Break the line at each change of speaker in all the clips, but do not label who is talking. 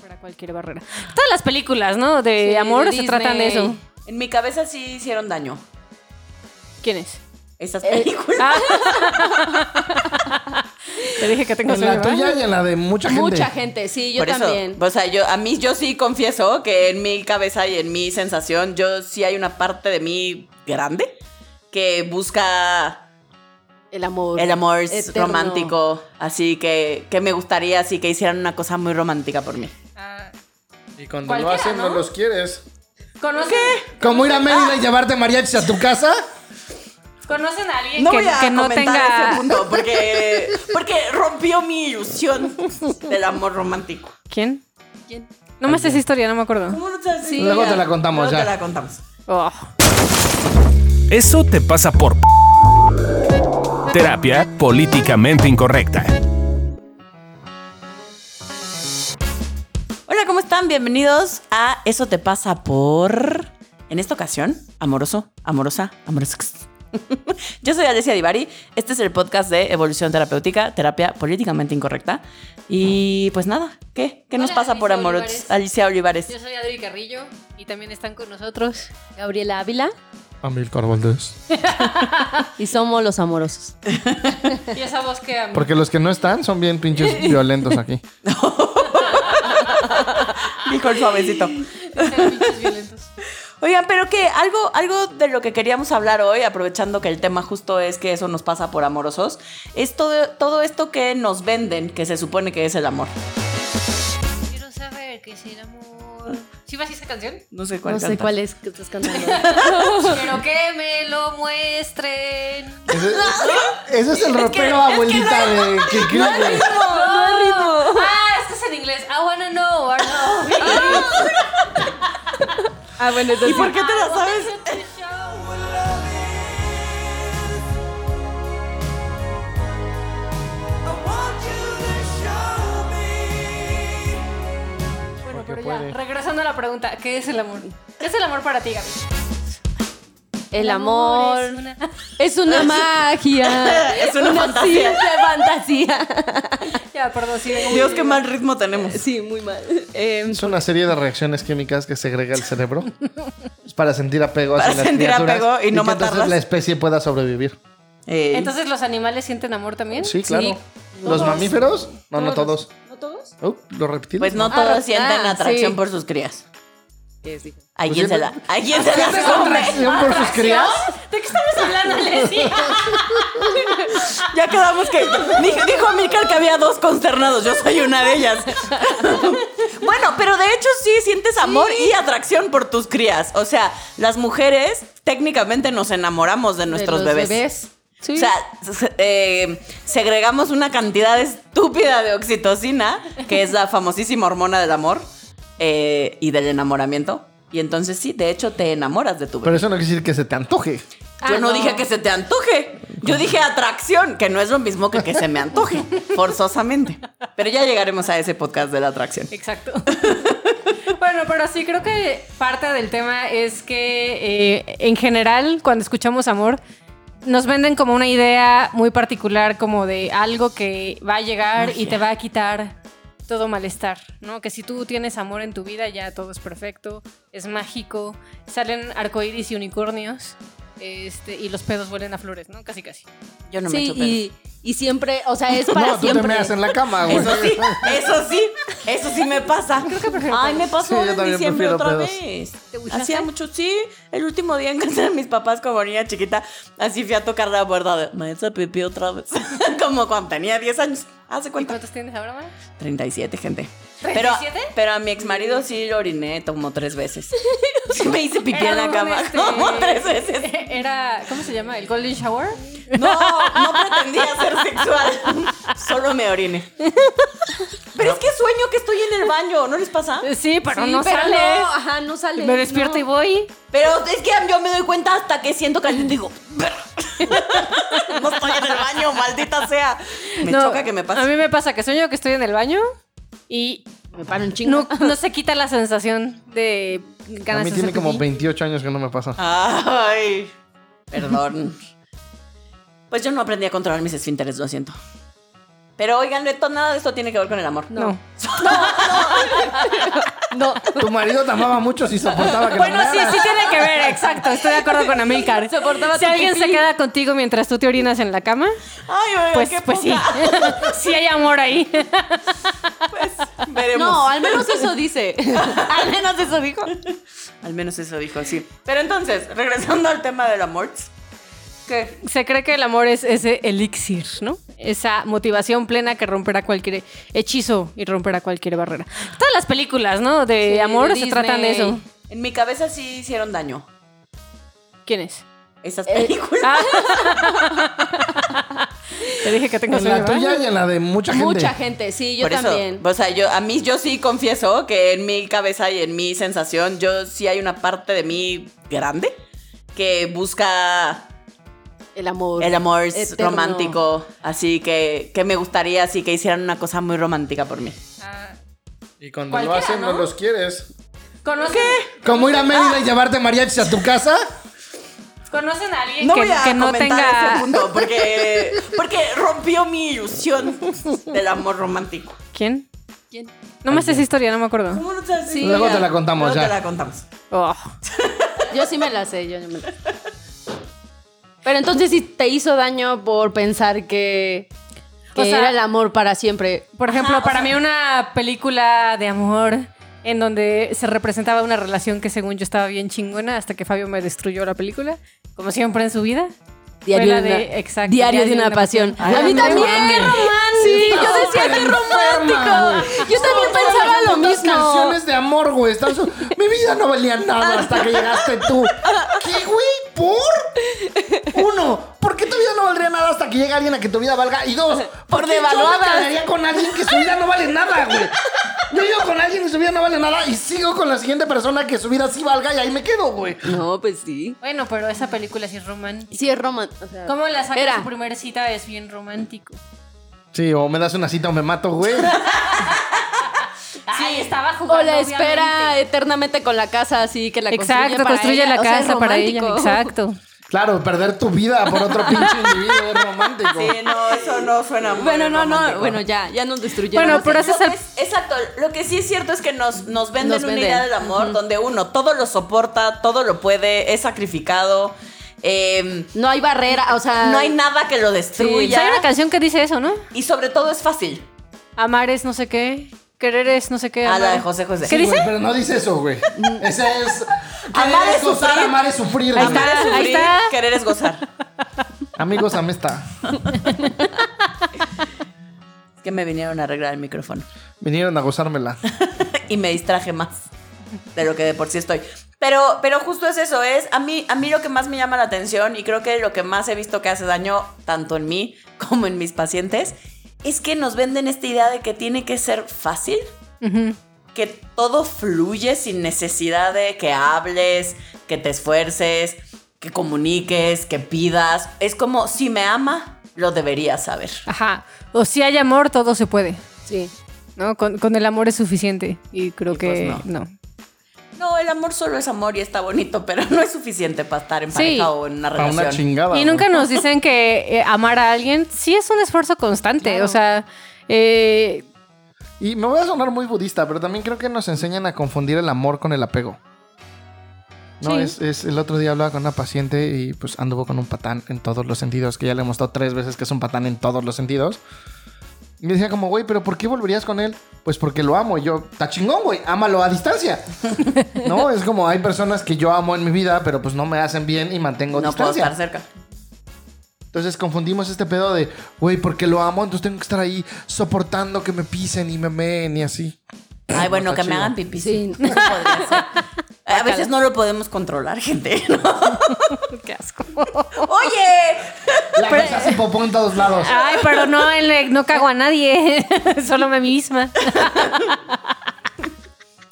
Salta cualquier barrera. Todas las películas, ¿no? De
Sí,
amor
de
se tratan de
Disney.
eso.
En mi cabeza sí hicieron daño
¿Quién es? Ah.
esas películas.
Te dije que tengo
En la
sueño, ¿verdad?
tuya y en la de mucha gente.
Mucha gente, sí, yo
Por eso,
también.
o sea, yo a mí yo sí confieso que en mi cabeza y en mi sensación, yo sí hay una parte de mí grande que busca
El amor.
el amor
Eterno.
romántico, así que que me gustaría así que hicieran una cosa muy romántica por mí.
Ah,
Y cuando lo
Cualquiera,
hacen, no
¿no?
los quieres.
¿Conocen,
Como ir a Mérida y llevarte mariachis a tu casa.
conocen a alguien
No
que,
voy a
que no
comentar
tenga.
ese punto porque porque rompió mi ilusión del amor romántico.
¿Quién? No me sé esa historia, no me acuerdo.
¿Cómo no te
Sí,
Luego te la contamos
Luego
ya.
te la contamos.
Oh.
Eso te pasa por terapia políticamente incorrecta.
Hola, ¿cómo están? Bienvenidos a Eso te pasa por... En esta ocasión, amoroso, amorosa, amorosa. Yo soy Alessia Divari. Este es el podcast de Evolución Terapéutica, Terapia Políticamente Incorrecta. Y pues nada, ¿qué? ¿Qué nos
Hola,
pasa por
Alicia
amorosos?
Olivares.
Alicia Olivares.
soy Adri Carrillo y también están con nosotros.
Gabriela Ávila
Amilcar Valdés.
y somos los amorosos.
Y esa voz que amo.
Porque los que no están son bien pinches violentos aquí.
Dijo el suavecito.
violentos.
Oigan, pero que algo, algo de lo que queríamos hablar hoy, aprovechando que el tema justo es que eso nos pasa por amorosos, es todo, todo esto que nos venden, que se supone que es el amor.
Quiero saber que es el amor. ¿Sí vas a esa canción?
No sé cuál
No sé
cantas.
cuál es que estás cantando.
Quiero que me lo muestren.
Ese, ese es el ropero abuelita de que creo que-
Ah, esto es en inglés. I wanna know or no.
ah, bueno,
¿Y por qué te la sabes?
Bueno,
Porque
pero
puede.
ya, regresando a la pregunta, ¿qué es el amor? ¿Qué es el amor para ti, Gaby?
El amor
es una-
es una magia.
Es una fantasía.
simple fantasía.
Ya, perdón, sí. vengo muy-
Dios, qué mal ritmo tenemos.
Sí, muy mal.
Es una serie de reacciones químicas que segrega el cerebro Es para sentir apego
Para
hacia las
sentir
criaturas
apego y no
que
matarlas.
entonces la especie pueda sobrevivir.
Eh,
Entonces, ¿los animales sienten amor también?
Sí, claro. Los mamíferos, no, no todos.
¿No todos?
Uh, los reptiles.
pues no
Ah,
todos
ah,
sienten atracción
sí.
por sus crías. ¿A
Pues
quién se
siempre-
la, a quién se las come?
¿Atracción por sus crías?
¿De qué estamos hablando, Alessia?
Ya quedamos que. Dijo, dijo Amílcar que había dos consternados. Yo soy una de ellas. bueno, pero de hecho sí sientes amor y atracción por tus crías. O sea, las mujeres técnicamente nos enamoramos de nuestros bebés.
Sí.
O sea, se- eh, segregamos una cantidad estúpida de oxitocina, que es la famosísima hormona del amor eh, y del enamoramiento. Y entonces sí, de hecho te enamoras de tu
Pero
bebé.
eso no quiere decir que se te antoje.
Yo
Ah,
no,
no.
dije que se te antoje. Yo dije atracción, que no es lo mismo que que se me antoje, forzosamente. Pero ya llegaremos a ese podcast de la atracción.
Exacto. bueno, pero sí creo que parte del tema es que eh, en general cuando escuchamos amor nos venden como una idea muy particular como de algo que va a llegar y te va a quitar todo malestar, ¿no? Que si tú tienes amor en tu vida ya todo es perfecto, es mágico, salen arcoíris y unicornios. Este, y los pedos vuelen a flores, ¿no? Casi, casi.
Yo no me
sí,
echo pedos.
y, y siempre, o sea, es para
No, tú te
siempre.
meas en la cama, güey.
Eso sí, eso sí, eso sí me pasa. Ay, me
Sí,
pasó
yo
en
también
diciembre
prefiero
otra
pedos.
vez.
¿Te buchaste?
Hacía mucho, sí, el último día en casa de mis papás como niña chiquita, así fui a tocar la puerta de maestra pipí otra vez. como cuando tenía 10 años. Hace
¿Y
cuenta.
cuántos tienes ahora, Mara?
37, gente. Pero,
¿37?
pero a mi ex marido sí lo oriné como tres veces. Sí me hice pipí
Era
en la
un,
cama
este,
como tres veces.
Era, ¿cómo se llama? ¿El Golden Shower?
No, no pretendía ser sexual. Solo me oriné. Pero es que sueño que estoy en el baño, ¿no les pasa?
Sí, pero
Sí,
no
pero
sale.
no, ajá, no sale.
Me despierto
no.
y voy.
Pero es que yo me doy cuenta hasta que siento que digo, "Verga". no estoy en el baño, maldita sea. Me
No,
choca que me
A
pase.
mí me pasa que sueño que estoy en el baño y
Me paro un chingo.
no, no se quita la sensación de ganas
A mí
de
tiene
hacer
como
pipí.
28 años que no me pasa.
Ay, perdón. Pues yo no aprendí a controlar mis esfínteres, lo siento. Pero oigan, Neto, nada de esto tiene que ver con el amor.
No.
No.
Tu marido te amaba mucho si soportaba que
Bueno,
lo
sí,
mearas.
sí tiene que ver, exacto. Estoy de acuerdo con Amilcar.
Soportaba
Si
tu
alguien se
pipí.
queda contigo mientras tú te orinas en la cama,
Ay, oigan,
pues,
qué
pues sí.
poca.
Sí hay amor ahí.
Pues, veremos.
No, al menos eso dice. Eh, al menos eso dijo.
Al menos eso dijo, sí. Pero entonces, regresando al tema del amor. ¿Qué?
Se cree que el amor es ese elixir, ¿no? Esa motivación plena que romperá cualquier hechizo y romperá cualquier barrera. Todas las películas, ¿no? De
Sí,
amor
de
se tratan de
Disney.
eso.
En mi cabeza sí hicieron daño.
¿Quién es? Eh,
Esas películas.
Ah. Te dije que tengo
En la
sueño, ¿verdad?
tuya y en la de mucha gente.
Mucha gente, sí, yo
Por eso,
también.
o sea, yo a mí yo sí confieso que en mi cabeza y en mi sensación yo sí hay una parte de mí grande que busca
El amor.
el amor
eterno.
romántico, así que que me gustaría así que hicieran una cosa muy romántica por mí.
Ah,
Y cuando lo
Cualquiera,
hacen, no
¿no?
los quieres.
¿Conocen,
Como ir a Mérida y llevarte mariachis a tu casa.
¿Conocen a alguien
No
que,
voy a
que no
comentar
tenga...
ese punto porque porque rompió mi ilusión del amor romántico.
¿Quién?
¿Quién?
No me sé esa historia, no me acuerdo.
¿Cómo no te así?
Luego te la contamos
Luego
ya.
te la contamos.
Oh.
Yo sí me la sé, yo sí me la sé. Pero entonces sí te hizo daño por pensar que, que
O sea-
era el amor para siempre.
Por ejemplo, para mí una película de amor en donde se representaba una relación que según yo estaba bien chingona hasta que Fabio me destruyó la película, como siempre en su vida.
Diario,
Fue la
de, una,
de- exacto,
diario de una pasión.
Ay,
a mí
no
también,
mames.
qué romántico.
Sí,
yo decía que
enferma,
romántico. Yo también pensaba lo
Las
mismo.
canciones de amor, güey. están su- Mi vida no valía nada hasta que llegaste tú. ¿Qué, güey? ¿Por? Uno, ¿por qué tu vida no valdría nada hasta que llegue alguien a que tu vida valga? Y dos, ¿por, qué yo me
devaluada.
casaría con alguien que su vida no vale nada, güey? Yo vivo con alguien que su vida no vale nada y sigo con la siguiente persona que su vida sí valga y ahí me quedo, güey.
No, pues sí.
Bueno, pero esa película sí es romántica.
Sí, es romántico. O sea,
¿Cómo la sacas
Era.
su primera cita? Es bien romántico.
Sí, o me das una cita o me mato, güey.
Ay, estaba jugando.
O la espera
obviamente.
eternamente con la casa, así que la construye
Exacto,
para
construye
ella.
la
O sea, es
casa para ella.
romántico.
Exacto.
Claro, perder tu vida por otro pinche individuo es romántico.
Sí, no, eso no suena muy
Bueno, no, no,
romántico.
bueno, ya, ya nos destruyeron.
Bueno, pero
O sea,
ese es el-
Lo que es- exacto, lo que sí es cierto es que nos, nos venden
Nos
una
venden.
idea del amor donde uno todo lo soporta, todo lo puede, es sacrificado, eh,
No hay barrera, o sea.
no hay nada que lo
Sí,
destruya
hay una canción que dice eso, ¿no?
y sobre todo es fácil.
Amar es no sé qué, querer es no sé qué.
A
amar
la de
es-
José José.
¿Qué
Sí,
dice?
güey, pero no dice eso, güey. Esa es.
Amar
querer
es
gozar,
sufrir.
Amar es sufrir, güey.
está.
Amar es
ahí
sufrir,
está.
querer es gozar.
Amigos, amesta.
Es que me vinieron a arreglar el micrófono
Vinieron a gozármela.
y me distraje más de lo que de por sí estoy. Pero, pero justo es eso, es a mí, a mí lo que más me llama la atención y creo que lo que más he visto que hace daño, tanto en mí como en mis pacientes, es que nos venden esta idea de que tiene que ser fácil, que todo fluye sin necesidad de que hables, que te esfuerces, que comuniques, que pidas. Es como, si me ama, lo debería saber.
Ajá. O si hay amor, todo se puede.
Sí.
¿No? Con, con el amor es suficiente. Y creo
Y
que
pues
no.
No, el amor solo es amor y está bonito, pero no es suficiente para estar en
Sí.
pareja o en una
Para
relación.
una chingada.
Y nunca nos dicen que eh, amar a alguien sí es un esfuerzo constante. O sea, eh,
Y me voy a sonar muy budista, pero también creo que nos enseñan a confundir el amor con el apego. No,
Sí.
es, es- el otro día hablaba con una paciente y pues anduvo con un patán en todos los sentidos, que ya le hemos dado tres veces que es un patán en todos los sentidos. Y me decía como, güey, ¿pero por qué volverías con él? Pues porque lo amo. Y yo, está chingón, güey, ámalo a distancia. no, es como hay personas que yo amo en mi vida, pero pues no me hacen bien y mantengo
No puedo
distancia.
estar cerca.
Entonces confundimos este pedo de, güey, porque lo amo, entonces tengo que estar ahí soportando que me pisen y me meen y así.
Ay, bueno,
está
que me
chido.
hagan pipí.
Sí.
Sí. Eso podría ser. A veces no lo podemos controlar, gente. ¿no?
qué asco.
Oye,
La que se hace popó en todos lados.
Ay, pero no, en la- no cago a nadie. Solo a mí misma.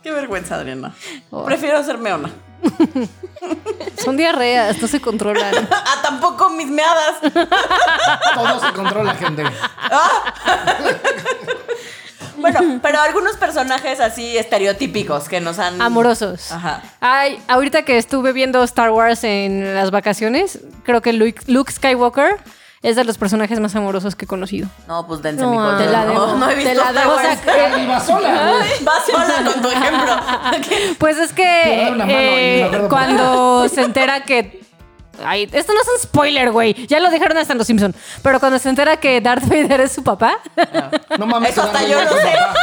qué vergüenza, Adriana. Prefiero ser meona.
Son diarreas, no se controlan.
Ah, tampoco mis meadas.
Todo se controla, gente.
Bueno, pero algunos personajes así estereotípicos que nos han.
Amorosos.
Ajá.
Ay, ahorita que estuve viendo Star Wars en las vacaciones, creo que Luke, Luke Skywalker es de los personajes más amorosos que he conocido.
No, pues dense
No,
mi
ah,
corazón.
te la debo,
No, no he visto
te la
Star
debo, o sea,
Wars.
Y va sola, güey.
Vas sola con tu ejemplo.
Pues es que
Te voy a dar una mano y
eh,
la verdad-
cuando se entera que... Ay, esto no es un spoiler, güey. Ya lo dejaron hasta en Los Simpson. Pero cuando se entera que Darth Vader es su papá,
No mames.
Eso hasta
Eduardo,
yo
ya
lo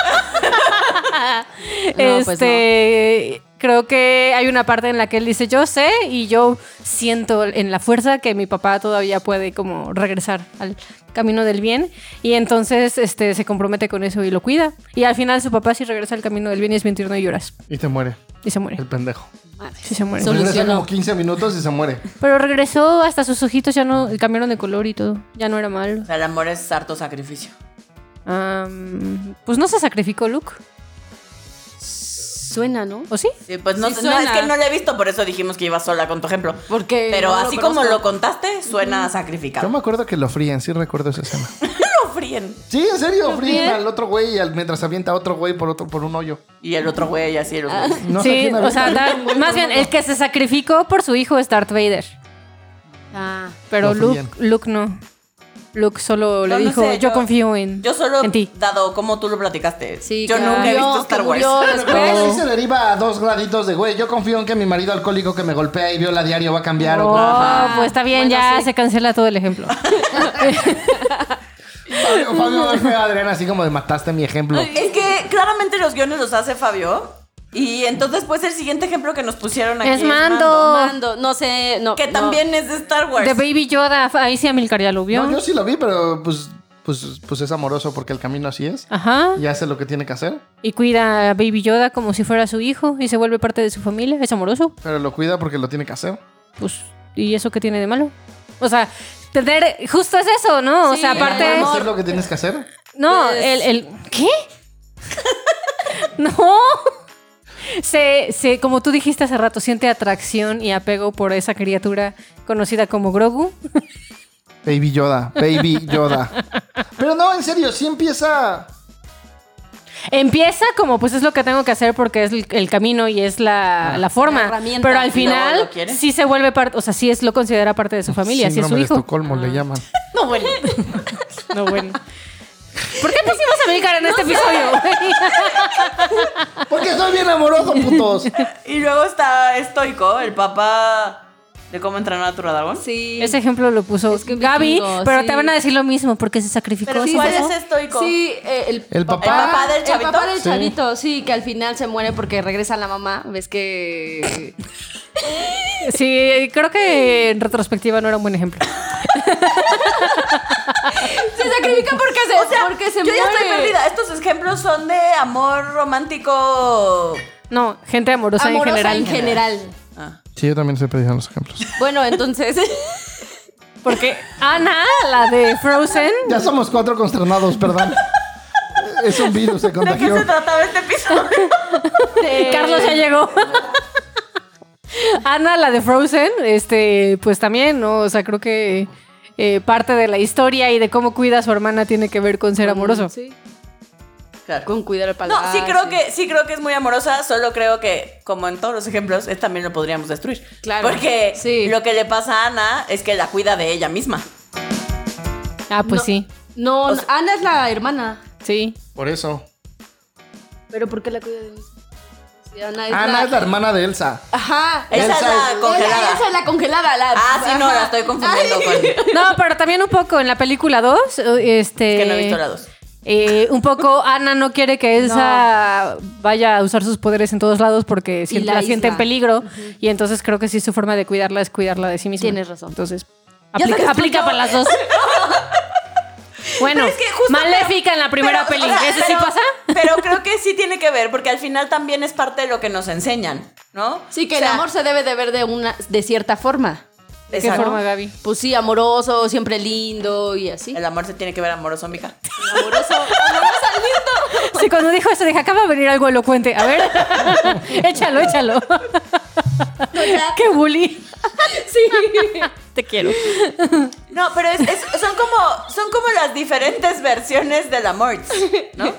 te
sé.
No, pues
este, creo que hay una parte en la que él dice, yo sé y yo siento en la fuerza que mi papá todavía puede como regresar al camino del bien. Y entonces este, se compromete con eso y lo cuida. Y al final su papá sí regresa al camino del bien y es bien tierno y lloras.
Y te muere
Y se muere.
el pendejo.
Sí, se muere.
Solo-
Regresa
Solucionó.
como 15 minutos y se muere.
Pero regresó hasta sus ojitos, ya no cambiaron de color y todo. Ya no era malo.
O sea, el amor es harto sacrificio.
Am, pues no se sacrificó Luke,
Suena, ¿no?
¿o sí?
Sí, pues no,
Sí
sé- no,
suena.
es que no lo he visto, por eso dijimos que ibas sola con tu ejemplo.
Porque
Pero
no lo
así como
conozco.
lo contaste, suena sacrificado.
Yo me acuerdo que lo frían, sí recuerdo esa escena.
lo fríen?
Sí, en serio, fríen
fríen?
al otro güey y al- mientras avienta a otro güey por otro por un hoyo.
Y el otro güey así, el otro
Ah.
güey.
No sé
sí,
quién
o
avienta,
sea, Darth-
un güey
más
por
bien,
otro.
el que se sacrificó por su hijo es Darth Vader.
Ah.
Pero
Lo
Luke,
fríen.
Luke no. Luke solo le
No, no
dijo,
sé,
yo,
yo-
confío en,
Yo solo,
en ti.
dado como tú lo platicaste,
Sí,
yo
que
nunca he
murió,
visto Star
que
Wars.
murió
Pero
después.
eso sí se deriva a dos graditos de güey. Yo confío en que mi marido alcohólico que me golpea y viola diario va a cambiar. o-
Oh,
Ajá.
pues está bien,
Bueno,
ya
sí.
se cancela todo el ejemplo.
Fabio, Fabio hoy fue a Adrián así como de mataste mi ejemplo.
Es que claramente los guiones los hace Fabio. Y entonces, pues el siguiente ejemplo que nos pusieron aquí
Es Mando.
Mando, no sé, no.
que
no.
también es de Star Wars.
De Baby Yoda, ahí sí Amilcar ya lo vio.
No, yo sí lo vi, pero pues, pues, pues es amoroso porque el camino así es.
Ajá.
Y hace lo que tiene que hacer,
Y cuida a Baby Yoda como si fuera su hijo y se vuelve parte de su familia. Es amoroso.
pero lo cuida porque lo tiene que hacer.
Pues, ¿y eso qué tiene de malo? O sea, tener. Justo es eso, ¿no? o
Sí,
sea,
el
aparte.
amor.
Hacer lo que tienes que hacer.
No,
Pues-
el, el- ¿Qué? no. Se, se- como tú dijiste hace rato, siente atracción y apego por esa criatura conocida como Grogu.
Baby Yoda, Baby Yoda. Pero no, en serio, sí empieza.
Empieza como, pues es lo que tengo que hacer porque es el, el camino y es la, la
La
forma.
herramienta.
Pero al
No,
final
lo quiere.
sí se vuelve parte, o sea, sí es, lo considera parte de su familia, sí es su
Síndrome de
hijo. Ah.
Estocolmo le llaman.
No, bueno.
No, bueno. ¿Por qué pusimos a Milcar en este episodio?
Porque soy bien amoroso, putos.
Y luego está estoico, el papá de cómo entrenar a tu dragón.
Sí.
Ese ejemplo lo puso
Es que
Gaby,
vikingo,
pero
sí.
te van a decir lo mismo porque se sacrificó.
Pero
¿sí
sí, ¿cuál
pasó?
es estoico?
Oh, Sí, eh, el,
El papá.
el
¿El papá del chavito?
El papá del
Sí.
chavito, sí, que al final se muere porque regresa la mamá. Ves que.
Sí, creo que en retrospectiva no era un buen ejemplo.
Se sacrifica porque se, porque se
Yo
muere.
ya estoy perdida. Estos ejemplos son de amor romántico.
No, gente amorosa,
Amorosa
en general.
en general.
Sí, yo también estoy perdiendo los ejemplos.
Bueno, entonces.
Porque Ana, la de Frozen,
Ya somos cuatro consternados, perdón. Es un virus, se
¿De qué
contagió.
se trataba este episodio?
eh,
Carlos ya llegó. Ana, la de Frozen, este, pues también, ¿no? O sea, creo que eh, parte de la historia y de cómo cuida a su hermana tiene que ver con ser amoroso.
Mm, Sí.
Claro.
Con cuidar al paladar.
No, sí creo que sí creo que es muy amorosa, solo creo que como en todos los ejemplos, él también lo podríamos destruir.
Claro.
Porque
Sí.
lo que le pasa a Ana es que la cuida de ella misma.
Ah, pues sí,
No, no, Ana es la hermana.
sí.
Por eso.
Pero ¿por qué la cuida de mí? Sí, Ana es
Ana
la.
Ah, es la hermana de Elsa.
Ajá.
Esa
Elsa
es la
es-
congelada.
Esa es la congelada. La...
Ah, sí, no,
Ajá.
la estoy confundiendo
Ay.
con Es
No, pero también un poco en la película 2, este...
que no he visto la dos.
Eh, un poco Ana no quiere que Elsa vaya a usar sus poderes en todos lados porque siente-
la
la, siente
isla.
en peligro y entonces creo que sí su forma de cuidarla es cuidarla de sí misma.
Tienes razón.
Entonces
Ya se
aplica,
les
aplica
escuchó.
para las dos. bueno,
Pero es que justo-
maléfica en la primera
Pero, o
peli.
sea,
¿Ese sí
pero-
pasa?
Pero creo que sí tiene que ver, porque al final también es parte de lo que nos enseñan, ¿no?
Sí, que
O sea,
el amor se debe de ver de una de cierta forma.
¿De qué
exacto.
forma, Gaby?
Pues sí, amoroso, siempre lindo y así.
El amor se tiene que ver amoroso, mija.
Amoroso, amoroso, lindo.
Sí, cuando dijo eso dije, acaba de venir algo elocuente. A ver, échalo, échalo. ¡Qué bully!
Sí.
Te quiero.
No, pero es- es- son, como, son como las diferentes versiones del amor, ¿no?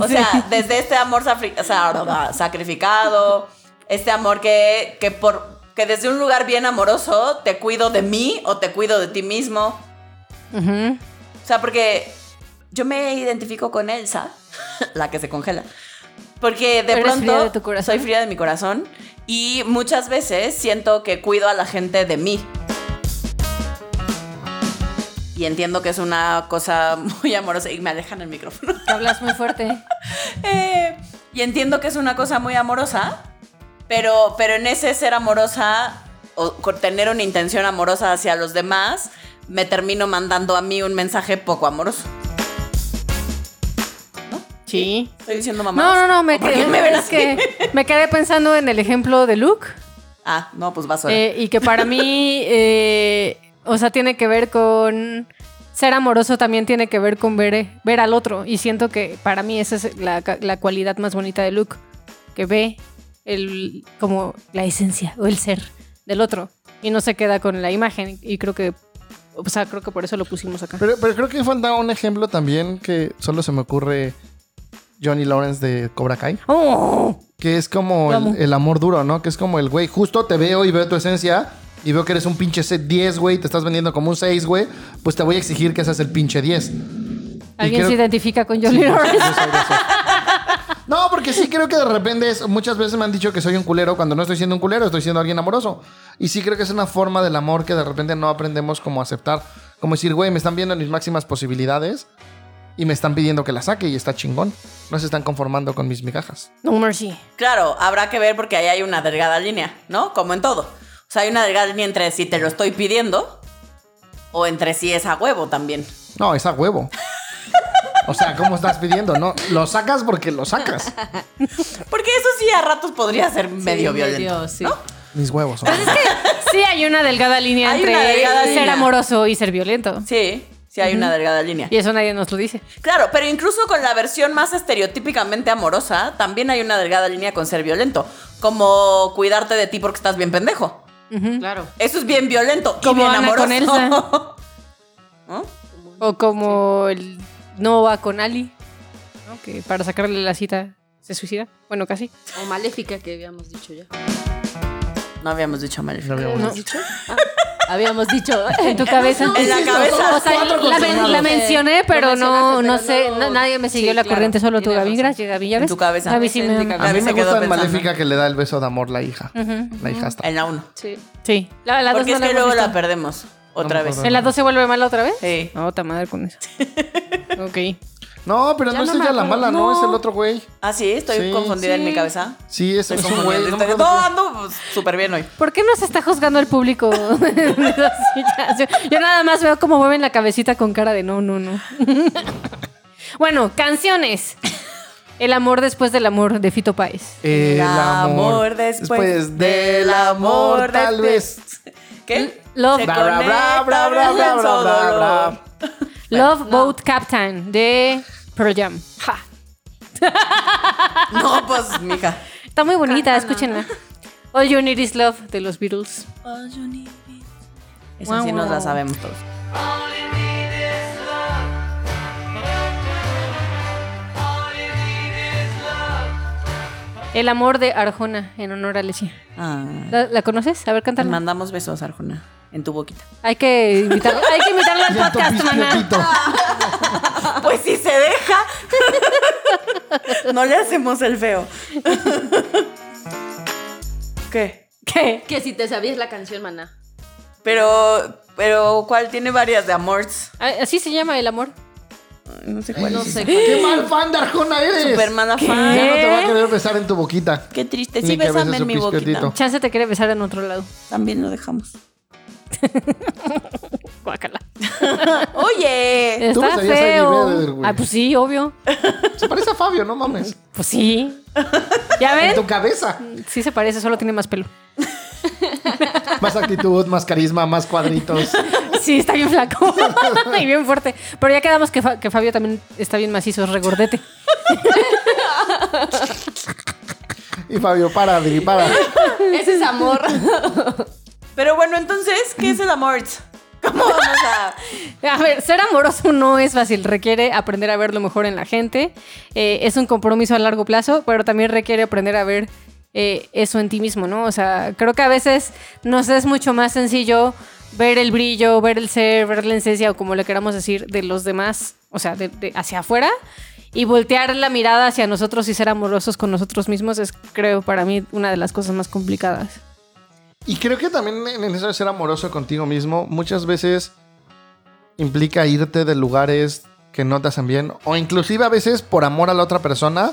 O sea, desde este amor safri- o sea, sacrificado, este amor que, que, por, que desde un lugar bien amoroso te cuido de mí o te cuido de ti mismo.
Ujú.
O sea, porque yo me identifico con Elsa, la que se congela. Porque de
¿Eres
pronto
fría de tu corazón?
soy fría de mi corazón y muchas veces siento que cuido a la gente de mí. Y entiendo que es una cosa muy amorosa. Y me alejan el micrófono.
Te hablas muy fuerte.
Eh, y entiendo que es una cosa muy amorosa, pero, pero en ese ser amorosa o con tener una intención amorosa hacia los demás, me termino mandando a mí un mensaje poco amoroso.
Sí.
Estoy diciendo
No,
mamá.
no, no, me
¿Por
quedé,
qué me ven
es que me quedé pensando en el ejemplo de Luke
Ah, no, pues vas a
eh, y que para mí, eh, o sea, tiene que ver con ser amoroso, también tiene que ver con ver, eh, ver al otro y siento que para mí esa es la, ca- la cualidad más bonita de Luke, que ve el, como la esencia o el ser del otro y no se queda con la imagen y creo que, o sea, creo que por eso lo pusimos acá.
Pero, pero creo que falta un ejemplo también que solo se me ocurre Johnny Lawrence de Cobra Kai.
¡Oh!
Que es como
Lo amo.
el, el amor duro, ¿no? Que es como el güey, justo te veo y veo tu esencia y veo que eres un pinche set 10, güey, te estás vendiendo como un 6, güey, pues te voy a exigir que seas el pinche 10.
¿Alguien
creo-
se identifica con Johnny
Sí,
Lawrence?
yo soy de esos. No, porque sí creo que de repente es- muchas veces me han dicho que soy un culero cuando no estoy siendo un culero, estoy siendo alguien amoroso. Y sí creo que es una forma del amor que de repente no aprendemos como a aceptar. Como decir, güey, me están viendo en mis máximas posibilidades y me están pidiendo que la saque y está chingón. No se están conformando con mis migajas.
No mercy.
Claro, habrá que ver porque ahí hay una delgada línea, ¿no? Como en todo. O sea, hay una delgada línea entre si te lo estoy pidiendo o entre si es a huevo también.
No, es a huevo. O sea, ¿cómo estás pidiendo? No, lo sacas porque lo sacas.
Porque eso sí a ratos podría ser medio violento.
sí.
Mis huevos. hombre.
Sí, hay una delgada línea
Hay
entre
una delgada
ser
línea.
amoroso y ser violento.
Sí, sí hay una delgada línea.
Y eso nadie nos lo dice.
Claro, pero incluso con la versión más estereotípicamente amorosa, también hay una delgada línea con ser violento. Como cuidarte de ti porque estás bien pendejo.
Claro.
Eso es bien violento.
Como
y bien
Ana
amoroso.
con
¿No?
O como el no va con Ali, ¿no? que para sacarle la cita se suicida. Bueno, casi.
O maléfica que habíamos dicho ya.
No habíamos dicho mal.
No habíamos
No.
dicho.
Ah, habíamos dicho.
En tu cabeza.
En la
sí,
cabeza.
O sea,
Cuatro
la, men- la
consumados.
mencioné,
Eh,
pero
lo
no,
mencionaste,
no
pero
sé,
no-
na- nadie me
Sí,
siguió la
claro,
corriente, solo tú,
tienes
Gaby.
razón.
Gracias, Gaby. ¿Ya
En
ves?
tu cabeza.
A mí sí
En
me
tu
ama.
cabeza.
A
Gaby
mí
se
me
quedó
gusta el
pensando.
maléfica que le da el beso de amor la hija. La hijastra.
En la 1.
Sí.
Sí. La, la dos no
Porque es que
la
luego
hemos
la
visto.
perdemos. Otra
No me
vez.
acuerdo.
¿En las dos se vuelve mala otra vez?
Sí.
No, ta madre con eso. ok.
No, pero
Ya
no,
no
es
me
ella la
acuerdo.
mala, no, es el otro güey.
Ah, sí, estoy
Sí.
confundida en
Sí.
mi cabeza.
Sí, es,
Estoy
es un
confundida.
güey. No, me
Estoy-
acuerdo
No,
quién.
ando pues, súper bien hoy.
¿Por qué nos está juzgando el público? Yo- Yo nada más veo cómo mueven la cabecita con cara de no, no, no. bueno, canciones. El amor después del amor de Fito Páez.
Eh, El amor,
después,
después del amor, tal
después-
vez.
¿Qué?
Love.
Se
Bra, bra, bra, bra, bra, bra,
conecta
bra, bra,
dolor.
bra.
Love Boat Captain de Pearl Jam. Ja.
No, pues, mija.
Está muy bonita, escúchenla. All You Need Is Love de los Beatles.
Esa sí
Guau,
nos la
guau.
sabemos todos.
El amor de Arjona en honor a Alicia.
Ah.
¿La, la conoces? A ver,
Te
cántala.
mandamos besos, Arjona, en tu boquita.
Hay que invitarla, hay que invitarla al
Ya tu
podcast, maná.
pispioquito.
Pues si se deja. no le hacemos el feo. ¿Qué?
¿Qué?
Que si te sabías la canción, maná.
Pero, pero, ¿cuál? Tiene varias de amors.
Ah, Así se llama el amor.
No sé cuál
No
es.
sé.
¡Qué mal fan de Arjona eres!
Super mala fan.
Ya no te va a querer besar en tu boquita.
Qué triste.
Ni
Sí,
que beses
besame
su
en mi boquita.
piscotito.
Chance te quiere besar en otro lado.
También lo dejamos.
Guácala.
Oye.
Tú me
Está
sabías a Eddie Vedder,
feo.
güey.
Ah, pues sí, obvio.
Se parece a Fabio, no mames.
Pues sí. ¿Ya
En tu
ven?
cabeza.
Sí se parece, solo tiene más pelo.
Más actitud, más carisma, más cuadritos.
Sí, está bien flaco y bien fuerte. Pero ya quedamos que, Fa- que Fabio también está bien macizo, es regordete.
Y Fabio, para, Adri, para.
Ese es amor.
Pero bueno, entonces, ¿qué es el amor? ¿Cómo vamos a...?
A ver, ser amoroso no es fácil, requiere aprender a ver lo mejor en la gente, eh, es un compromiso a largo plazo, pero también requiere aprender a ver eh, eso en ti mismo, ¿no? O sea, creo que a veces nos es mucho más sencillo ver el brillo, ver el ser, ver la esencia o como le queramos decir de los demás, o sea, de, de hacia afuera y voltear la mirada hacia nosotros y ser amorosos con nosotros mismos es, creo, para mí una de las cosas más complicadas.
Y creo que también en eso de ser amoroso contigo mismo, muchas veces implica irte de lugares que no te hacen bien. O inclusive a veces, por amor a la otra persona,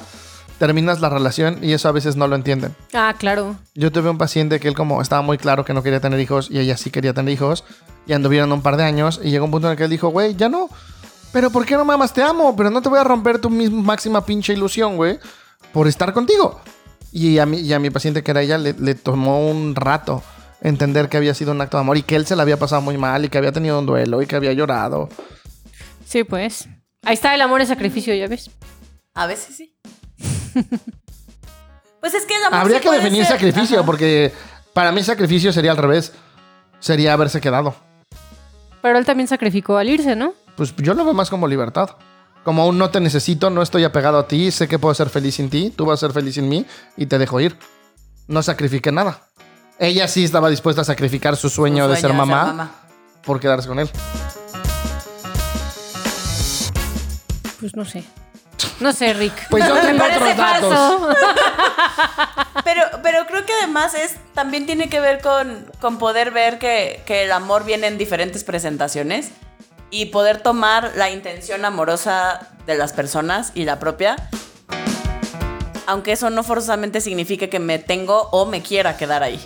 terminas la relación y eso a veces no lo entienden.
Ah, claro.
Yo tuve un paciente que él como estaba muy claro que no quería tener hijos y ella sí quería tener hijos. Y anduvieron un par de años y llegó un punto en el que él dijo, güey, ya no. Pero ¿por qué no mamas? Te amo, pero no te voy a romper tu misma máxima pinche ilusión, güey, por estar contigo. Y a, mí, y a mi paciente que era ella le, le tomó un rato entender que había sido un acto de amor y que él se la había pasado muy mal y que había tenido un duelo y que había llorado.
Sí, pues. Ahí está el amor y sacrificio, ya ves.
A veces sí. pues es que el amor
Habría
sí
que
puede
definir
ser-
sacrificio,
Ajá.
porque para mí sacrificio sería al revés. Sería haberse quedado.
Pero él también sacrificó al irse, ¿no?
Pues yo lo veo más como libertad. Como un no te necesito, no estoy apegado a ti, sé que puedo ser feliz sin ti, tú vas a ser feliz sin mí y te dejo ir. No sacrifique nada. Ella sí estaba dispuesta a sacrificar su
Tu
sueño, de ser
sueño
mamá, por quedarse con él.
Pues no sé. No sé, Rick.
Pues yo
Me
tengo
parece
otros datos.
falso.
Pero, pero creo que además es también tiene que ver con, con poder ver que, que el amor viene en diferentes presentaciones y poder tomar la intención amorosa de las personas y la propia. Aunque eso no forzosamente signifique que me tengo o me quiera quedar ahí.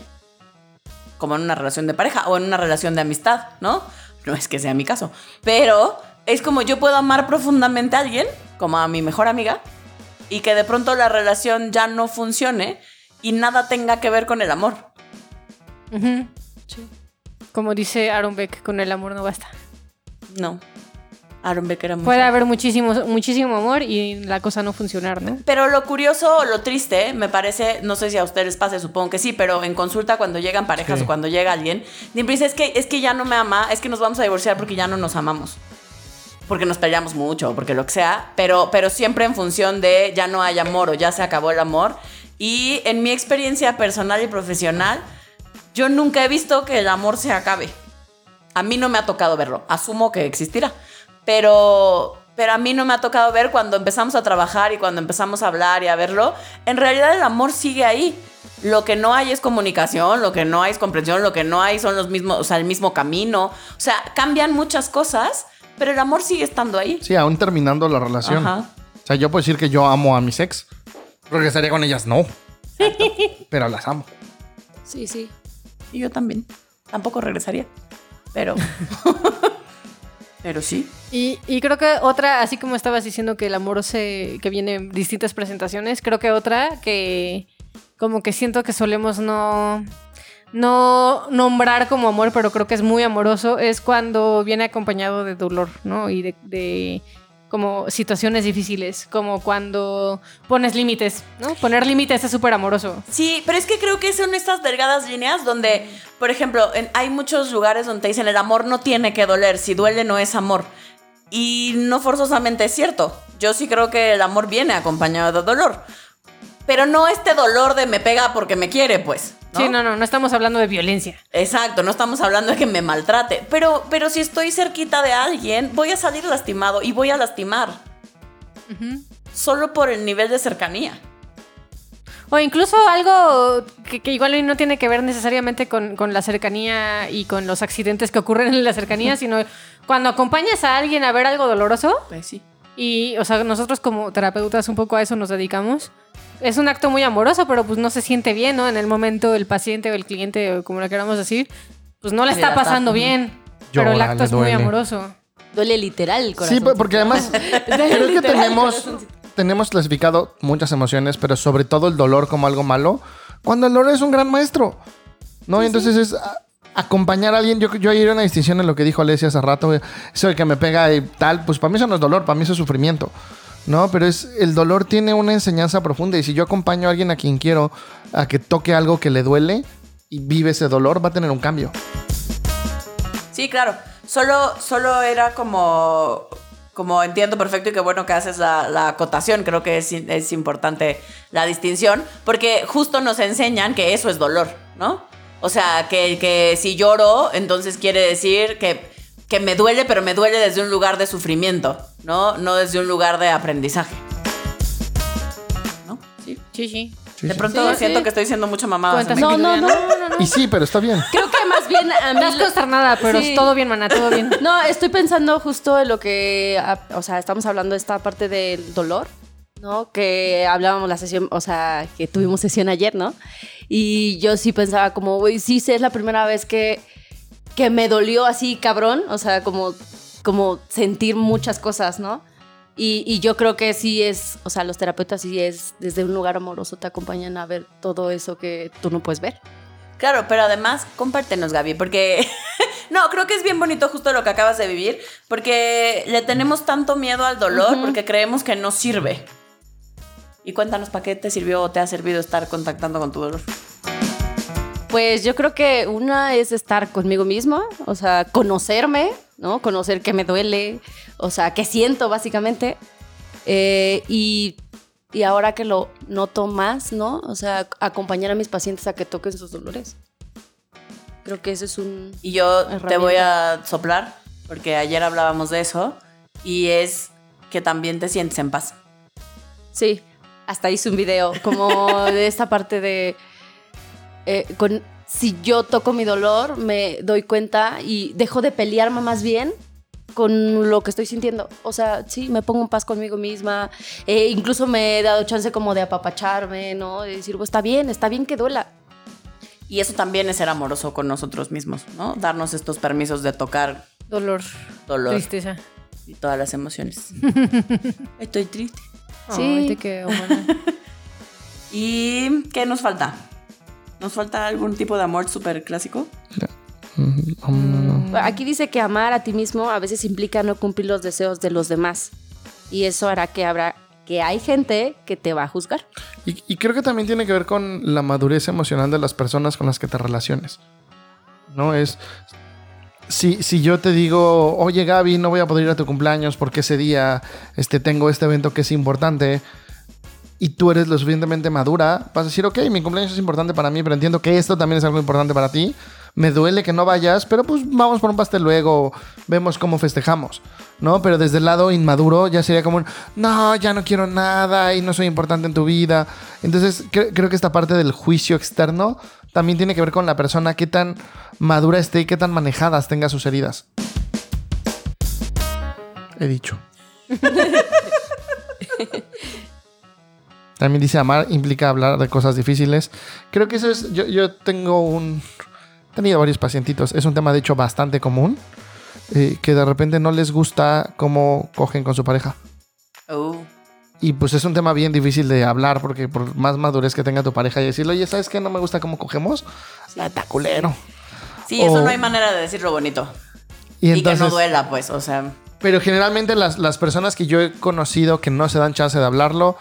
Como en una relación de pareja o en una relación de amistad, ¿no? No es que sea mi caso. Pero es como yo puedo amar profundamente a alguien, como a mi mejor amiga, y que de pronto la relación ya no funcione y nada tenga que ver con el amor.
Ujú. Como dice Aaron Beck, con el amor no basta.
No. Aaron Beck era muy
Puede
feo.
haber muchísimo, muchísimo amor y la cosa no funcionar, ¿no?
Pero lo curioso o lo triste, me parece, no sé si a ustedes pase, supongo que sí, pero en consulta cuando llegan parejas
Sí.
o cuando llega alguien, siempre dice, es que, es que ya no me ama, es que nos vamos a divorciar porque ya no nos amamos. Porque nos peleamos mucho, porque lo que sea, pero, pero siempre en función de ya no hay amor o ya se acabó el amor. Y en mi experiencia personal y profesional, yo nunca he visto que el amor se acabe. A mí no me ha tocado verlo. Asumo que existirá. Pero, pero a mí no me ha tocado ver cuando empezamos a trabajar y cuando empezamos a hablar y a verlo. En realidad el amor sigue ahí. Lo que no hay es comunicación, lo que no hay es comprensión, lo que no hay son los mismos, o sea, el mismo camino. O sea, cambian muchas cosas, pero el amor sigue estando ahí.
Sí, aún terminando la relación.
Ajá.
O sea, yo puedo decir que yo amo a mis ex. Regresaría con ellas, no. Pero las amo.
Sí, sí.
Y yo también. Tampoco regresaría. Pero. pero sí.
Y, y creo que otra, así como estabas diciendo que el amor se, que viene en distintas presentaciones, creo que otra que como que siento que solemos no, no nombrar como amor, pero creo que es muy amoroso, es cuando viene acompañado de dolor, ¿no? Y de, de como situaciones difíciles, como cuando pones límites, ¿no? Poner límites es súper amoroso.
Sí, pero es que creo que son estas delgadas líneas donde, por ejemplo, en- hay muchos lugares donde te dicen el amor no tiene que doler, si duele no es amor. Y no forzosamente es cierto. Yo sí creo que el amor viene acompañado de dolor. Pero no este dolor de me pega porque me quiere, pues. ¿no?
Sí, no, no, no estamos hablando de violencia.
Exacto, no estamos hablando de que me maltrate. Pero, pero si estoy cerquita de alguien, voy a salir lastimado y voy a lastimar. Solo por el nivel de cercanía.
O incluso algo que, que igual no tiene que ver necesariamente con, con la cercanía y con los accidentes que ocurren en la cercanía, sino cuando acompañas a alguien a ver algo doloroso,
Pues sí.
y o sea, nosotros como terapeutas un poco a eso nos dedicamos, es un acto muy amoroso, pero pues no se siente bien, ¿no? En el momento el paciente o el cliente, o como lo queramos decir, pues no le
Sí,
está
la está-
pasando bien, pero el
Llora,
acto
le
es muy
duele.
amoroso.
Duele literal el corazón.
Sí, po- porque además creo que
Literal,
tenemos,
corazoncito.
tenemos clasificado muchas emociones, pero sobre todo el dolor como algo malo, cuando el dolor es un gran maestro. ¿No? Y entonces es a- acompañar a alguien. Yo, yo ayer una distinción en lo que dijo Alessia hace rato, eh, eso de que me pega y tal, pues para mí eso no es dolor, para mí eso es sufrimiento. No, pero es el dolor tiene una enseñanza profunda y si yo acompaño a alguien a quien quiero a que toque algo que le duele y vive ese dolor, va a tener un cambio.
Sí, claro. Solo, solo era como, como entiendo perfecto y qué bueno que haces la, la acotación. Creo que es, in- es importante la distinción porque justo nos enseñan que eso es dolor, ¿no? O sea, que, que si lloro, entonces quiere decir que, que me duele, pero me duele desde un lugar de sufrimiento, ¿no? No desde un lugar de aprendizaje. ¿No? Sí.
Sí, sí.
Sí,
De
sí.
pronto
Sí,
siento
sí.
que estoy siendo mucha mamada.
Cuentas- No, no, no, no, no.
Y sí, pero está bien.
Creo que más bien a mí
Estás consternada, pero
Pues Sí.
todo bien, maná, todo bien.
No, estoy pensando justo en lo que, ah, o sea, estamos hablando de esta parte del dolor, ¿no? Que hablábamos la sesión, o sea, que tuvimos sesión ayer, ¿no? Y yo sí pensaba como, güey, sí, sí, es la primera vez que, que me dolió así cabrón, o sea, como, como sentir muchas cosas, ¿no? Y, y yo creo que sí es, o sea, los terapeutas sí es, desde un lugar amoroso te acompañan a ver todo eso que tú no puedes ver.
Claro, pero además, compártenos, Gaby, porque. no, creo que es bien bonito justo lo que acabas de vivir, porque le tenemos tanto miedo al dolor porque creemos que no sirve. Y cuéntanos, ¿para qué te sirvió o te ha servido estar contactando con tu dolor?
Pues yo creo que una es estar conmigo misma, o sea, conocerme, ¿no? Conocer qué me duele, o sea, qué siento básicamente. Eh, y, y ahora que lo noto más, ¿no? O sea, acompañar a mis pacientes a que toquen sus dolores. Creo que eso es un...
Y yo te
Herramienta.
voy a soplar, porque ayer hablábamos de eso, y es que también te sientes en paz.
Sí, hasta hice un video como de esta parte de... eh, con, si yo toco mi dolor, me doy cuenta y dejo de pelearme más bien con lo que estoy sintiendo. O sea, sí, me pongo en paz conmigo misma. Eh, incluso me he dado chance como de apapacharme, ¿no? De decir, pues está bien, está bien que duela.
Y eso también es ser amoroso con nosotros mismos, ¿no? Darnos estos permisos de tocar
Dolor,
dolor
tristeza.
y todas las emociones. Estoy triste.
Sí.
Ay, te quedo, maná.
¿Y qué nos falta? ¿Nos falta algún tipo de amor súper clásico?
Mm, mm,
Aquí dice que amar a ti mismo a veces implica no cumplir los deseos de los demás. Y eso hará que habrá que hay gente que te va a juzgar.
Y, y creo que también tiene que ver con la madurez emocional de las personas con las que te relaciones. No es. Si, si yo te digo, oye Gaby, no voy a poder ir a tu cumpleaños porque ese día este, tengo este evento que es importante y tú eres lo suficientemente madura, vas a decir, ok, mi cumpleaños es importante para mí, pero entiendo que esto también es algo importante para ti. Me duele que no vayas, pero pues vamos por un pastel luego, vemos cómo festejamos, ¿no? Pero desde el lado inmaduro ya sería como, un, no, ya no quiero nada y no soy importante en tu vida. Entonces cre- creo que esta parte del juicio externo también tiene que ver con la persona, qué tan madura esté y qué tan manejadas tenga sus heridas. He dicho. También dice amar implica hablar de cosas difíciles. Creo que eso es. Yo, yo tengo un. He tenido varios pacientitos. Es un tema, de hecho, bastante común. eh, que de repente no les gusta cómo cogen con su pareja.
Oh.
Y pues es un tema bien difícil de hablar porque por más madurez que tenga tu pareja y decirle, oye, ¿sabes qué? No me gusta cómo cogemos. La taculero.
Sí, eso
O-
no hay manera de decirlo bonito.
Y,
Y,
entonces,
que no duela, pues, o sea.
Pero generalmente las, las personas que yo he conocido que no se dan chance de hablarlo,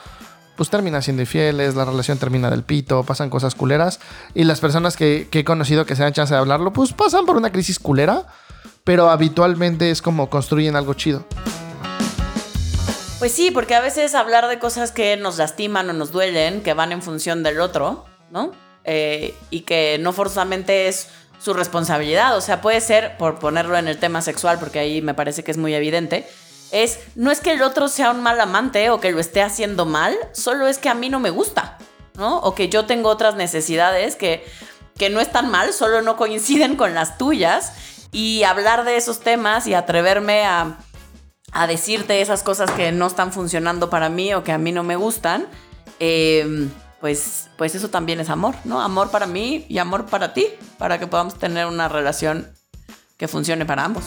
pues terminan siendo infieles, la relación termina del pito, pasan cosas culeras. Y las personas que, que he conocido que se dan chance de hablarlo, pues pasan por una crisis culera, pero habitualmente es como construyen algo chido.
Pues sí, porque a veces hablar de cosas que nos lastiman o nos duelen, que van en función del otro, ¿no? Eh, y que no forzosamente es su responsabilidad. O sea, puede ser, por ponerlo en el tema sexual, porque ahí me parece que es muy evidente, es, no es que el otro sea un mal amante o que lo esté haciendo mal, solo es que a mí no me gusta, ¿no? O que yo tengo otras necesidades que, que no están mal, solo no coinciden con las tuyas. Y hablar de esos temas y atreverme a a decirte esas cosas que no están funcionando para mí o que a mí no me gustan, eh, pues, pues eso también es amor, ¿no? Amor para mí y amor para ti, para que podamos tener una relación que funcione para ambos.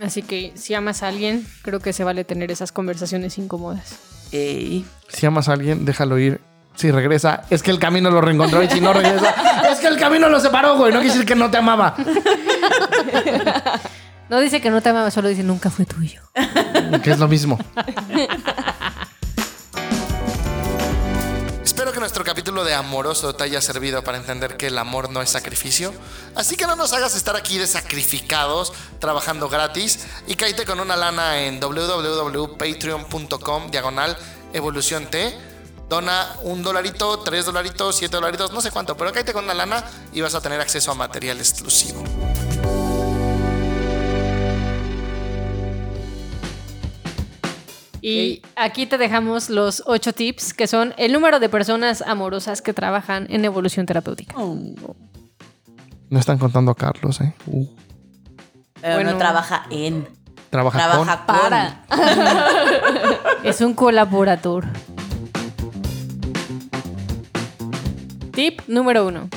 Así que si amas a alguien, creo que se vale tener esas conversaciones incómodas.
Eh,
Si amas a alguien, déjalo ir. Si regresa, es que el camino lo reencontró y si no regresa, es que el camino lo separó, güey. No quiere decir que no te amaba.
No dice que no te amaba, solo dice nunca fue tuyo.
Que es lo mismo.
Espero que nuestro capítulo de Amoroso te haya servido para entender que el amor no es sacrificio. Así que no nos hagas estar aquí de sacrificados, trabajando gratis y caíte con una lana en www.patreon.com diagonal evolución T Dona un dolarito, tres dolaritos, siete dolaritos, no sé cuánto, pero cállate con una lana y vas a tener acceso a material exclusivo.
Y aquí te dejamos los ocho tips, que son el número de personas amorosas que trabajan en evolución terapéutica.
Oh. No están contando a Carlos, ¿eh?
Pero
Bueno.
no trabaja en.
Trabaja, con...
Trabaja para.
Es un colaborador. Tip número uno.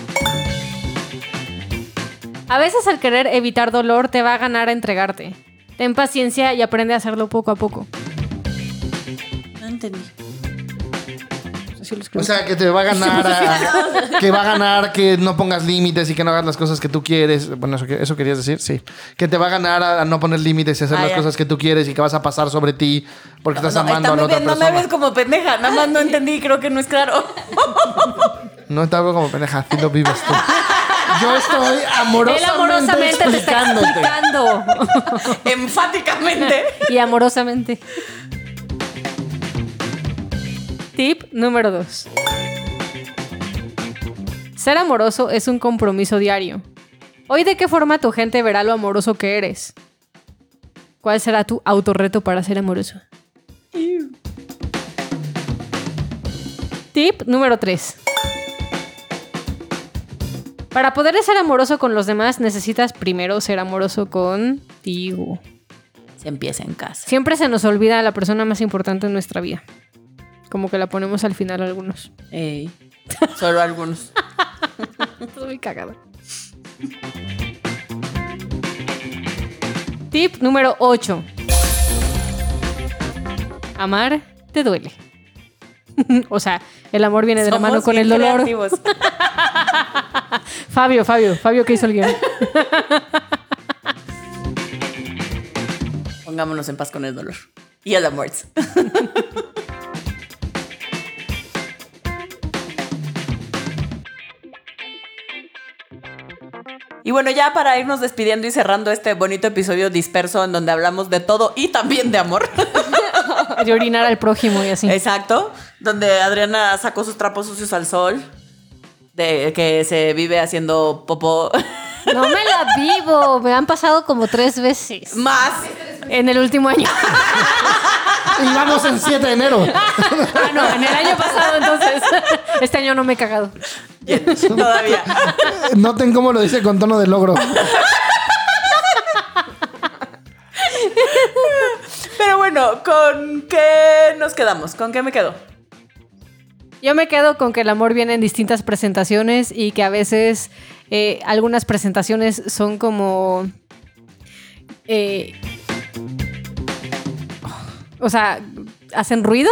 A veces al querer evitar dolor te va a ganar a entregarte. Ten paciencia y aprende a hacerlo poco a poco.
No entendí.
O sea, que te va a ganar, a- que va a ganar que no pongas límites y que no hagas las cosas que tú quieres. Bueno, eso, que- eso querías decir, sí. Que te va a ganar a, a no poner límites y hacer
Ah,
las
ya.
cosas que tú quieres y que vas a pasar sobre ti porque estás
No,
amando
está
a la
muy
otra
bien, no
persona.
me ves como pendeja, nada más no entendí, creo que no es claro.
No está algo como pendeja, así lo vives tú. Yo estoy amorosamente,
Él amorosamente te está
explicándote.
explicando.
Enfáticamente.
y amorosamente. Tip número 2. Ser amoroso es un compromiso diario. Hoy de qué forma tu gente verá lo amoroso que eres. ¿Cuál será tu autorreto para ser amoroso? Tip número 3. Para poder ser amoroso con los demás necesitas primero ser amoroso contigo.
Se empieza en casa.
Siempre se nos olvida la persona más importante en nuestra vida. Como que la ponemos al final algunos.
Ey, Solo algunos.
Estoy muy cagada. Tip número 8. Amar te duele. o sea, el amor viene de la mano
Somos
con
bien
el dolor.
creativos.
Fabio, Fabio, Fabio que hizo el guión.
Pongámonos en paz con el dolor. Y el amor. Y bueno, ya para irnos despidiendo y cerrando este bonito episodio disperso en donde hablamos de todo y también de amor.
De orinar al prójimo y así.
Exacto. Donde Adriana sacó sus trapos sucios al sol. De que se vive haciendo popó
No me la vivo. Me han pasado como tres veces.
más.
En el último año.
Y vamos en 7 de enero.
Ah, no, en el año pasado entonces. Este año no me he cagado.
Todavía.
Noten cómo lo dice con tono de logro.
Pero bueno, ¿con qué nos quedamos? ¿Con qué me quedo?
Yo me quedo con que el amor viene en distintas presentaciones y que a veces eh, algunas presentaciones son como... eh, o sea, hacen ruido,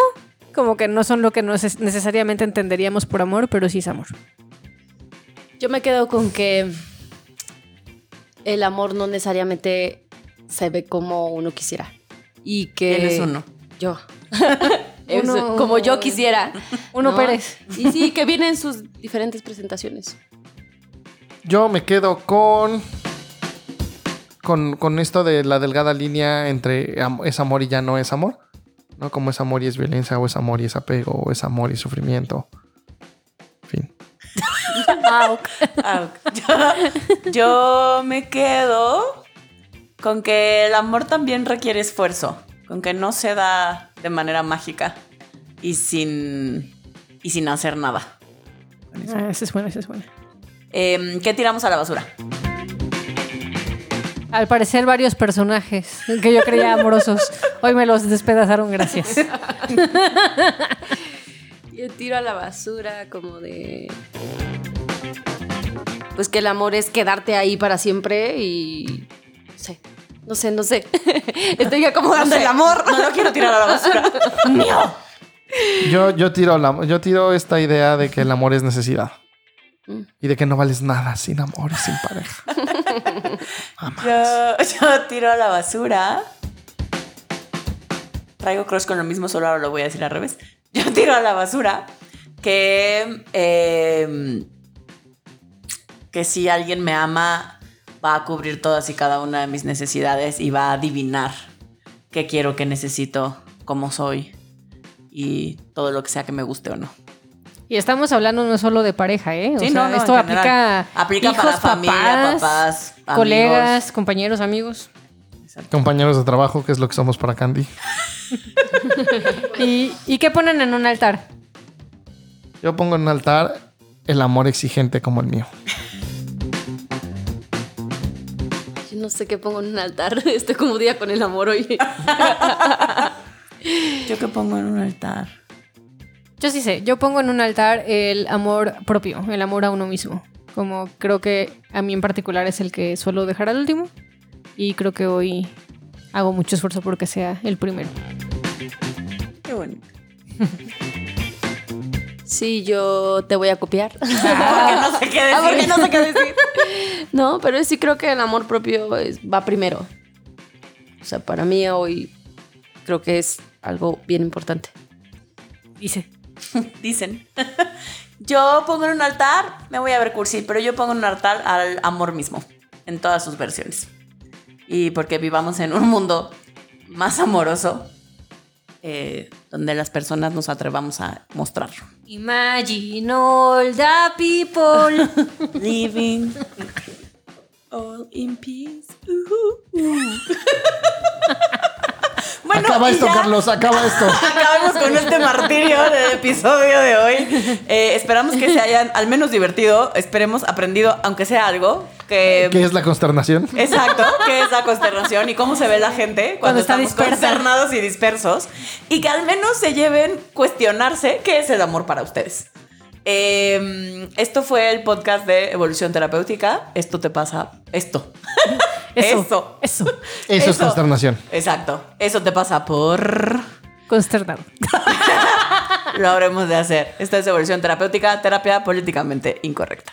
como que no son lo que nos es- necesariamente entenderíamos por amor, pero sí es amor.
Yo me quedo con que el amor no necesariamente se ve como uno quisiera. Y que.
¿Quién es uno?
Yo. Es
Uno-
como yo quisiera.
Uno
¿no?
Pérez.
Y sí, que vienen sus diferentes presentaciones.
Yo me quedo con. Con, con esto de la delgada línea entre am- es amor y ya no es amor. ¿No? Como es amor y es violencia, o es amor y es apego, o es amor y sufrimiento. Fin.
Ah, ok. yo, yo me quedo con que el amor también requiere esfuerzo, con que no se da de manera mágica y sin, y sin hacer nada.
Ah, esa es buena, esa es buena.
Em, ¿Qué tiramos a la basura?
Al parecer varios personajes que yo creía amorosos, hoy me los despedazaron, gracias.
Yo tiro a la basura como de... Pues que el amor es quedarte ahí para siempre y... No sé, no sé, no sé. Estoy acomodando el amor.
No lo quiero tirar a la basura. ¡Mío!
Yo, yo, tiro la- yo tiro esta idea de que el amor es necesidad.
Mm.
Y de que no vales nada sin amor y sin pareja.
Yo, yo tiro a la basura. Traigo cross con lo mismo, solo ahora lo voy a decir al revés. Yo tiro a la basura que. em, que si alguien me ama, va a cubrir todas y cada una de mis necesidades y va a adivinar qué quiero, qué necesito, cómo soy. y todo lo que sea que me guste o no.
Y estamos hablando no solo de pareja, ¿eh? O
Sí,
sea,
no, no, en
esto aplica,
general. Aplica para familia, papás, amigos.
colegas, compañeros, amigos.
Compañeros de trabajo, que es lo que somos para Candy.
¿Y, ¿Y qué ponen en un altar?
Yo pongo en un altar el amor exigente como el mío.
Yo no sé qué pongo en un altar. Estoy como día con el amor hoy.
Yo que pongo en un altar.
Yo sí sé, yo pongo en un altar el amor propio, el amor a uno mismo. Como creo que a mí en particular es el que suelo dejar al último. Y creo que hoy hago mucho esfuerzo porque sea el primero.
Qué bonito.
Sí, yo te voy a copiar.
Porque no sé qué decir.
Ah, porque no sé qué decir. no, pero sí creo que el amor propio es- va primero. O sea, para mí hoy creo que es algo bien importante.
Dice.
Dicen. Yo pongo en un altar, me voy a ver cursi, pero yo pongo en un altar al amor mismo, en todas sus versiones. Y porque vivamos en un mundo más amoroso, eh, donde las personas nos atrevamos a mostrarlo.
Imagine all the people.
Living all in peace. bueno,
acaba
y
esto,
ya.
Carlos, acaba esto.
Acabamos con este martirio del episodio de hoy. Eh, esperamos que se hayan al menos divertido, esperemos aprendido, aunque sea algo, que...
¿Qué es la consternación?
Exacto, que es la consternación y cómo se ve la gente
Cuando
cuando,
está
estamos
dispersa.
consternados y dispersos. Y que al menos se lleven cuestionarse qué es el amor para ustedes. Eh, esto fue el podcast de Evolución Terapéutica. Esto te pasa, esto.
Eso.
Eso.
Eso.
Eso es consternación.
Exacto. Eso te pasa por...
Consternado.
Lo habremos de hacer. Esta es Evolución Terapéutica, terapia políticamente incorrecta.